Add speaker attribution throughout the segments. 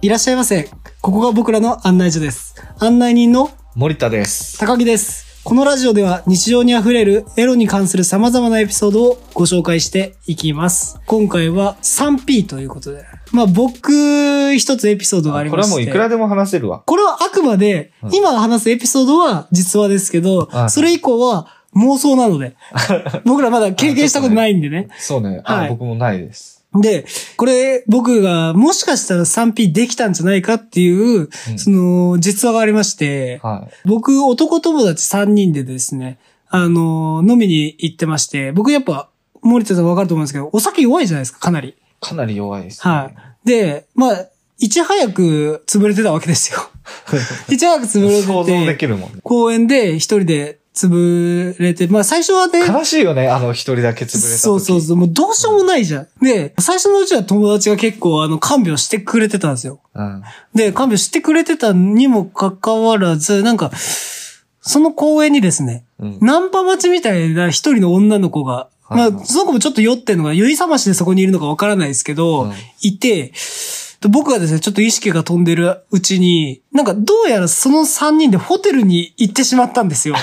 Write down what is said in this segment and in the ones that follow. Speaker 1: いらっしゃいませ。ここが僕らの案内所です。案内人の
Speaker 2: 森田です。
Speaker 1: 高木です。このラジオでは日常にあふれるエロに関する様々なエピソードをご紹介していきます。今回は 3P ということで。まあ僕一つエピソードがあり
Speaker 2: こ
Speaker 1: ま
Speaker 2: れは
Speaker 1: して
Speaker 2: もういくらでも話せるわ。
Speaker 1: これはあくまで、
Speaker 2: うん
Speaker 1: 今話すエピソードは実話ですけど
Speaker 2: は、い
Speaker 1: それ以降は妄想なの で、僕らまだ経験したことないんでね。
Speaker 2: そうね。あ、
Speaker 1: はい
Speaker 2: 僕もないです。
Speaker 1: で、これ僕がもしかしたら 3P できたんじゃないかっていう、その実話がありまして、
Speaker 2: は
Speaker 1: 僕男友達3人でですね、あの、飲みに行ってまして、僕やっぱ森田さんわかると思うんですけど、お酒弱いじゃないですか、かなり。
Speaker 2: い。かなり弱いです、
Speaker 1: はい。で、まあ、いち早く潰れてたわけです よ。いち早く潰れてて。
Speaker 2: 想像できるもんね。
Speaker 1: 公園で一人で潰れて、まあ最初はね、
Speaker 2: 悲しいよね、あの一人だけ潰れた時。
Speaker 1: そうそうそう、もうどうしようもないじゃん。で、最初のうちは友達が結構あの、看病してくれてたんですよ。
Speaker 2: うん。
Speaker 1: で、看病してくれてたにもかかわらず、なんか、その公園にですね、
Speaker 2: うん。
Speaker 1: ナンパ待ちみたいな一人の女の子が、ま
Speaker 2: はいはい
Speaker 1: あ、その子もちょっと酔ってんのが、酔い覚ましでそこにいるのかわからないですけど、
Speaker 2: うん
Speaker 1: いて、で僕がですね、ちょっと意識が飛んでるうちに、なんかどうやらその3人でホテルに行ってしまったん ですよ。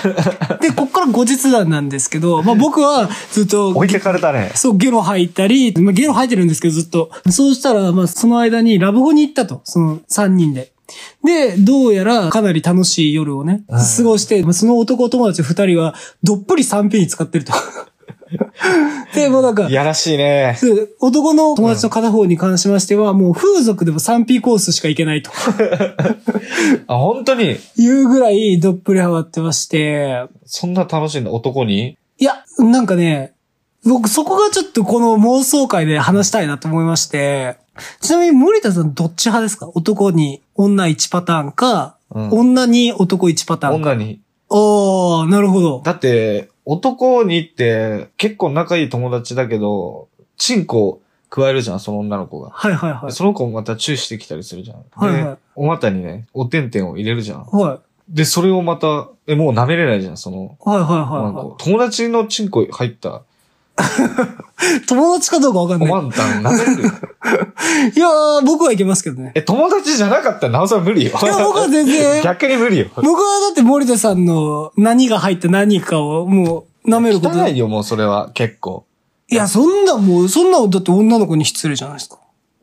Speaker 1: で、こっから後日談なんですけど、まあ僕はずっと、
Speaker 2: 置いてかれたね。
Speaker 1: そう、ゲロ吐いたり、まあ、ゲロ吐いてるんですけど、ずっと。そうしたら、まあ、その間にラブホに行ったと。その3人で。で、どうやらかなり楽しい夜をね、
Speaker 2: はい
Speaker 1: 過ごして、まあ、その男友達2人は、どっぷり 3P に使ってる と。で、もうなんか
Speaker 2: い、やらしいね。
Speaker 1: そう男の友達の片方に関しましては、もう風俗でも 3P コースしか行けないと
Speaker 2: あ、本当に、
Speaker 1: いうぐらいどっぷりハマってまして、
Speaker 2: そんな楽しいの男に
Speaker 1: いや、なんかね、僕そこがちょっとこの妄想会で話したいなと思いまして、ちなみに森田さんどっち派ですか男に女1パターンか、
Speaker 2: うん
Speaker 1: 女に男1パターンか。
Speaker 2: 女に。
Speaker 1: おー、なるほど。
Speaker 2: だって、男にって結構仲いい友達だけど、チンコ加えるじゃん、その女の子が。
Speaker 1: はいはいはい。
Speaker 2: その子もまたチューしてきたりするじゃん。
Speaker 1: はいはい
Speaker 2: で、お股にね、おてんてんを入れるじゃん。
Speaker 1: はい。
Speaker 2: で、それをまた、え、もう舐めれないじゃん、その、
Speaker 1: はいはい
Speaker 2: な
Speaker 1: は
Speaker 2: ん
Speaker 1: い、
Speaker 2: か
Speaker 1: は
Speaker 2: 友達のチンコ入った、
Speaker 1: い。友達かどうかわかん
Speaker 2: お
Speaker 1: な
Speaker 2: まんたん舐めれ る。
Speaker 1: い。いやー、僕はいけますけどね。
Speaker 2: え、友達じゃなかったらなおさら無理よ。
Speaker 1: いや、僕は全然。
Speaker 2: 逆に無理よ。
Speaker 1: 僕はだって森田さんの何が入って何かをもう舐めること
Speaker 2: 汚いよ、もうそれは、結構。
Speaker 1: いや、そんなもう、そんなのだって女の子に失礼じゃないですか。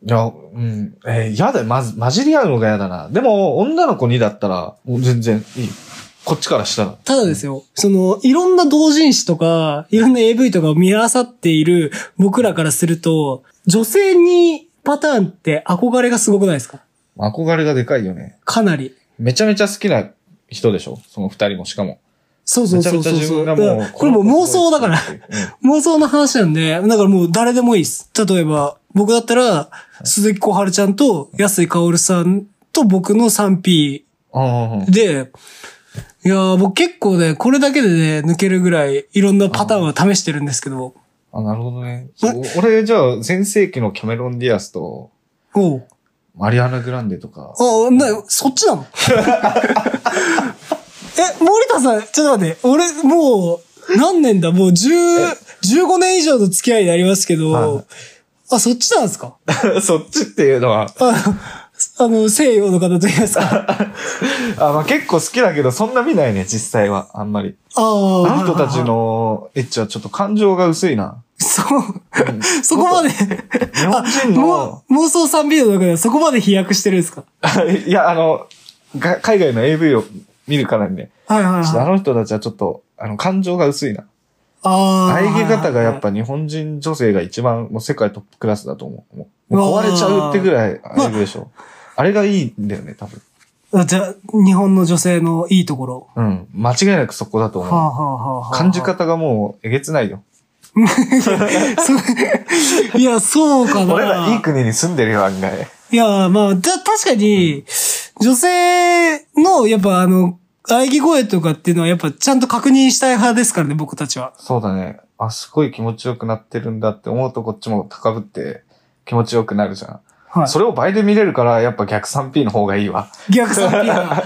Speaker 2: いや、うん。えー、やだよ、まず、混じり合うのがやだな。でも、女の子にだったら、もう全然いい。こっちからしたら。
Speaker 1: ただですよ、その、いろんな同人誌とか、いろんな AV とかを見合わさっている僕らからすると、女性にパターンって憧れがすごくないですか
Speaker 2: 憧れがでかいよね。
Speaker 1: かなり。
Speaker 2: めちゃめちゃ好きな人でしょその二人もしかも。
Speaker 1: そうそ
Speaker 2: め
Speaker 1: う
Speaker 2: ちゃ
Speaker 1: そ
Speaker 2: め
Speaker 1: う
Speaker 2: ち
Speaker 1: そ
Speaker 2: ゃ
Speaker 1: う
Speaker 2: 自
Speaker 1: そ
Speaker 2: 分
Speaker 1: う。だ
Speaker 2: が
Speaker 1: か
Speaker 2: もう
Speaker 1: ら。これもう妄想だから。
Speaker 2: うん
Speaker 1: 妄想の話なんで、だからもう誰でもいいです。例えば、僕だったら、鈴木小春ちゃんと安井香織さんと僕の 3P
Speaker 2: ああ。
Speaker 1: で、いやー僕結構ね、これだけでね、抜けるぐらいいろんなパターンを試してるんですけど、
Speaker 2: あ、なるほどね。そう俺、じゃあ、前世紀のキャメロン・ディアスと、
Speaker 1: おう
Speaker 2: マリアナ・グランデとか。
Speaker 1: あ、な、そっち なのえ、森田さん、ちょっと待って、俺、もう、何年だもう10、15年以上の付き合いになりますけ
Speaker 2: は
Speaker 1: ど、あ、そっちなんですか
Speaker 2: そっちっていうのは、
Speaker 1: ああの、西洋の方と言いますか。
Speaker 2: あまあ、結構好きだけど、そんな見ないね、実際は、あんまり。
Speaker 1: あ
Speaker 2: あ
Speaker 1: あ。
Speaker 2: の人たち。のエッチはちょっと感情が薄いな。
Speaker 1: そう。
Speaker 2: うん
Speaker 1: そこまで。
Speaker 2: 日本人
Speaker 1: も
Speaker 2: の、
Speaker 1: う妄想3ビデオの中ではそこまで飛躍してるんですか
Speaker 2: いや、あの、が海外の AV を見るからにね、
Speaker 1: はいはい
Speaker 2: ちょっとあ
Speaker 1: はい。
Speaker 2: の人たちはちょっと、あの、感情が薄いな。
Speaker 1: ああ。
Speaker 2: 喘ぎ方がやっぱ日本人女性が一番、もう世界トップクラスだと思う。もうもう壊れちゃうってぐらい AV でしょ。あれがいいんだよね、多分。
Speaker 1: あじゃあ日本の女性のいいところ。
Speaker 2: うん。間違いなくそこだと
Speaker 1: はあ、は
Speaker 2: 思う。
Speaker 1: あはあはあ、
Speaker 2: 感じ方がもうえげつないよ。
Speaker 1: そう いや、そうかな。
Speaker 2: 俺らいい国に住んでるよ、案外。
Speaker 1: いや、まあ、た、確かに、女性の、やっぱあの、喘ぎ声とかっていうのは、やっぱちゃんと確認したい派ですからね、僕たちは。
Speaker 2: そうだね。あ、すごい気持ちよくなってるんだって思うとこっちも高ぶって気持ちよくなるじゃん。
Speaker 1: はい。
Speaker 2: それを倍で見れるから、やっぱ逆 3P の方がいいわ。
Speaker 1: 逆算っていうのは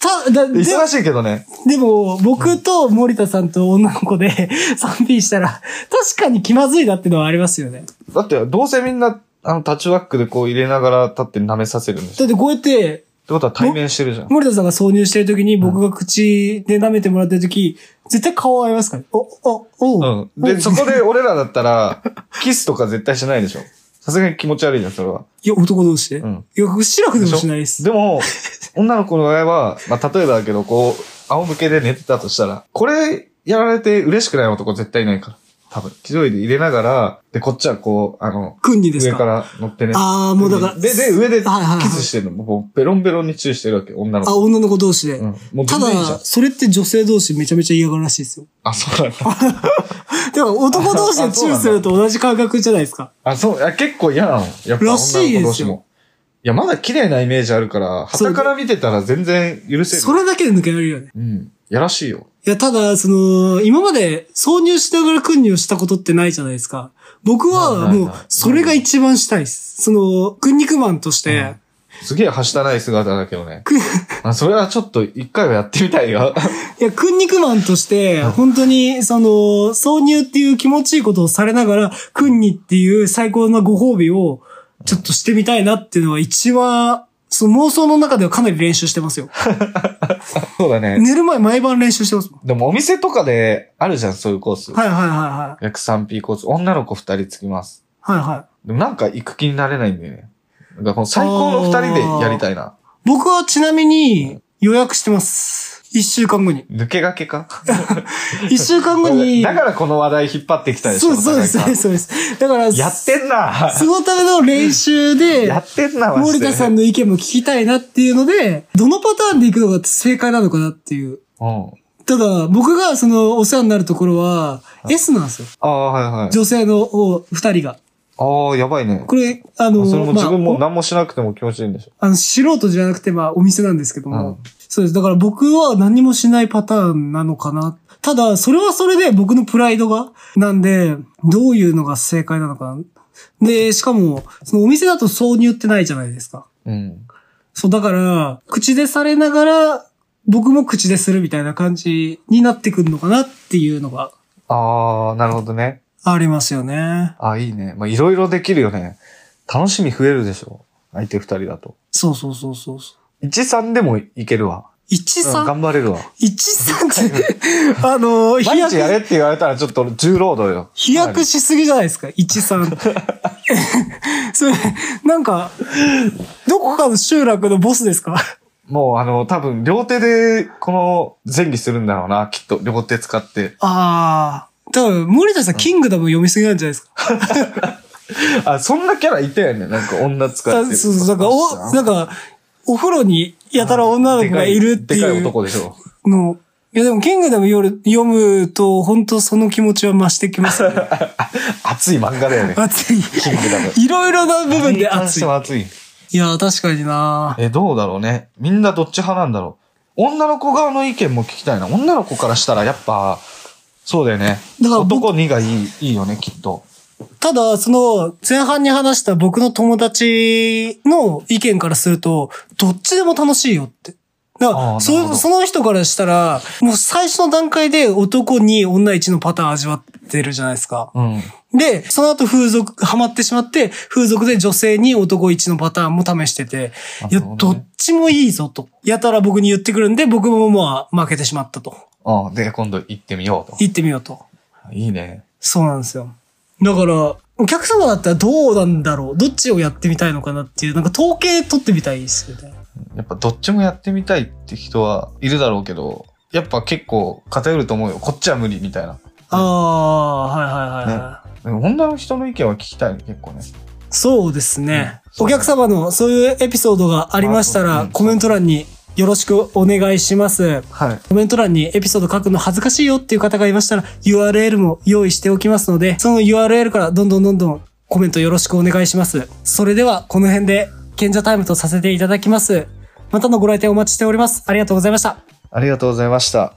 Speaker 1: た、だ、で
Speaker 2: 忙しいけどね。
Speaker 1: でも、僕と森田さんと女の子で 3P したら、確かに気まずいなっていうのはありますよね。
Speaker 2: だって、どうせみんな、あの、タッチワックでこう入れながら立って舐めさせるんでしょ
Speaker 1: だってこうやって、
Speaker 2: ってことは対面してるじゃん。
Speaker 1: 森田さんが挿入してる時に僕が口で舐めてもらってる時、絶対顔合いますから。お、お、お
Speaker 2: うん。で、そこで俺らだった ら、キスとか絶対しないでしょ。さすがに気持ち悪いじゃん、それは。
Speaker 1: いや、男同士で。
Speaker 2: うん。
Speaker 1: いや、しらくでもしないで
Speaker 2: しょ
Speaker 1: す。
Speaker 2: でも、女の子の場合は、まあ、例えばだけど、こう、仰向けで寝てたとしたら、これやられて嬉しくない男絶対いないから。多分。気取りで入れながら、で、こっちはこう、あの、
Speaker 1: 君にです
Speaker 2: 上
Speaker 1: か
Speaker 2: から乗ってね。
Speaker 1: ああ、もうだから。
Speaker 2: で、で、上
Speaker 1: は
Speaker 2: で
Speaker 1: いはいはい
Speaker 2: キスしてるの。もう、ベロンベロンにチューしてるわけ、女の
Speaker 1: あ、
Speaker 2: 子。
Speaker 1: 女の子同士で。
Speaker 2: うん。もう
Speaker 1: た
Speaker 2: 全然いいじゃ
Speaker 1: だ、
Speaker 2: ん。
Speaker 1: それって女性同士めちゃめちゃ嫌がるらしいですよ。
Speaker 2: あ、そうなんだ。
Speaker 1: でも男同士でチューすると同じ感覚じゃないですか。
Speaker 2: あ、そう、いや、結構嫌なの。やっぱ女の
Speaker 1: らしいですよ
Speaker 2: 子同士も。いや、まだ綺麗なイメージあるから、
Speaker 1: そう
Speaker 2: 旗から見てたら全然許せる。
Speaker 1: それだけで抜けられるよね。
Speaker 2: うん。やらしいよ。
Speaker 1: いや、ただ、その、今まで挿入しながら訓練をしたことってないじゃないですか。僕は、
Speaker 2: ないない
Speaker 1: もう
Speaker 2: ない、
Speaker 1: それが一番したいです。その、訓肉マンとして、
Speaker 2: うんすげえはしたない姿だけどね。
Speaker 1: くい
Speaker 2: あ、それはちょっと一回はやってみた いよ。
Speaker 1: や、訓肉マンとして、本当に、その、挿入っていう気持ちいいことをされながら、訓にっていう最高のご褒美を、ちょっとしてみたいなっていうのは一番、その妄想の中ではかなり練習してますよ。
Speaker 2: そうだね。
Speaker 1: 寝る前毎晩練習してますもん。
Speaker 2: でもお店とかであるじゃん、そういうコース。
Speaker 1: はいはいはいはい。
Speaker 2: 103P コース。女の子二人つきます。
Speaker 1: はいはい。
Speaker 2: でもなんか行く気になれないんだよね。だからこの最高の二人でやりたいな。
Speaker 1: 僕はちなみに予約してます。一週間後に。
Speaker 2: 抜けがけか
Speaker 1: 一週間後に。
Speaker 2: だからこの話題引っ張ってきたでし
Speaker 1: そ
Speaker 2: ょ。
Speaker 1: うそうです、
Speaker 2: お
Speaker 1: そうで
Speaker 2: 互い
Speaker 1: す、そうです。だから、
Speaker 2: がやってんな
Speaker 1: そのための練習で
Speaker 2: や、ってんな、マジ
Speaker 1: 森
Speaker 2: で。
Speaker 1: 田さんの意見も聞きたいなっていうので、どのパターンで行くのが正解なのかなっていう。
Speaker 2: うん。
Speaker 1: ただ、僕がそのお世話になるところは、S なんですよ。
Speaker 2: ああ、はいはい。
Speaker 1: 女性のお二人が。
Speaker 2: ああ、やばいね。
Speaker 1: これ、あの、
Speaker 2: それも自分
Speaker 1: まあ
Speaker 2: も何もしなくても気持ちいいんでしょ。
Speaker 1: あの、素人じゃなくて、まあ、お店なんですけども。
Speaker 2: うん
Speaker 1: そうです。だから僕は何もしないパターンなのかな。ただ、それはそれで僕のプライドが、なんで、どういうのが正解なのかな。で、しかも、そのお店だと挿入ってないじゃないですか。
Speaker 2: うん。
Speaker 1: そう、だから、口でされながら、僕も口でするみたいな感じになってくるのかなっていうのが
Speaker 2: ああ、なるほどね。
Speaker 1: ありますよね。
Speaker 2: あいいね。まあ、いろいろできるよね。楽しみ増えるでしょ。相手二人だと。
Speaker 1: そうそうそうそうそう。
Speaker 2: 一三でもいけるわ。
Speaker 1: 一
Speaker 2: うん
Speaker 1: 三
Speaker 2: 頑張れるわ。
Speaker 1: 一三って、 あの、飛
Speaker 2: 毎
Speaker 1: 躍
Speaker 2: 日やれって言われたらちょっと重労働よ。
Speaker 1: 飛躍しすぎじゃないですか、一三。 それ、なんか、どこかの集落のボスですか
Speaker 2: もうあの、多分両手でこの前儀するんだろうな。きっと両手使って。
Speaker 1: ああ。多分、森田さん、キングダム読みすぎなんじゃないですか。
Speaker 2: あ、そんなキャラいたよね。なんか女使
Speaker 1: あ
Speaker 2: って
Speaker 1: そう
Speaker 2: る。
Speaker 1: そう、なんか、お、なんか、お風呂にやたら女の子がいるって
Speaker 2: でか
Speaker 1: い
Speaker 2: いでかいう男でしょ。
Speaker 1: の。いや、でも、キングダム読る読むと、本当その気持ちは増してきます よね。
Speaker 2: 熱い漫画だよね。
Speaker 1: 熱い。
Speaker 2: キングダム。
Speaker 1: いろいろな 部分で熱い
Speaker 2: して。も熱い。
Speaker 1: いや、確かにな
Speaker 2: え、どうだろうね。みんなどっち派なんだろう。女の子側の意見も聞きたいな。女の子からしたらやっぱ、そうだよね。
Speaker 1: だから僕
Speaker 2: 男2がいい、いいよね、きっと。
Speaker 1: ただ、その、前半に話した僕の友達の意見からすると、どっちでも楽しいよって。だから、
Speaker 2: あーなるほ
Speaker 1: そ
Speaker 2: ど
Speaker 1: その人からしたら、もう最初の段階で男に女1のパターン味わってるじゃないですか。
Speaker 2: うん。
Speaker 1: で、その後風俗、ハマってしまって、風俗で女性に男1のパターンも試してて、いや、
Speaker 2: なるほ
Speaker 1: ど
Speaker 2: どね
Speaker 1: っちもいいぞと。やたら僕に言ってくるんで、僕もまあ、負けてしまったと。
Speaker 2: あで、今度行ってみようと。
Speaker 1: 行ってみようと。
Speaker 2: いいね。
Speaker 1: そうなんですよ。だから、お客様だったらどうなんだろうどっちをやってみたいのかなっていう、なんか統計取ってみたいですよね。
Speaker 2: やっぱどっちもやってみたいって人はいるだろうけど、やっぱ結構偏ると思うよ。こっちは無理みたいな。
Speaker 1: ああ、はいはいはいはい。
Speaker 2: でも女の人の意見は聞きたいね、結構ね。
Speaker 1: そうですね、
Speaker 2: うん
Speaker 1: お客様のそういうエピソードがありました
Speaker 2: まあ
Speaker 1: ら
Speaker 2: そう、
Speaker 1: コメント欄によろしくお願いします。
Speaker 2: はい。
Speaker 1: コメント欄にエピソード書くの恥ずかしいよっていう方がいましたら、URL も用意しておきますので、その URL からどんどんどんどんコメントよろしくお願いします。それでは、この辺で、賢者タイムとさせていただきます。またのご来店お待ちしております。ありがとうございました。
Speaker 2: ありがとうございました。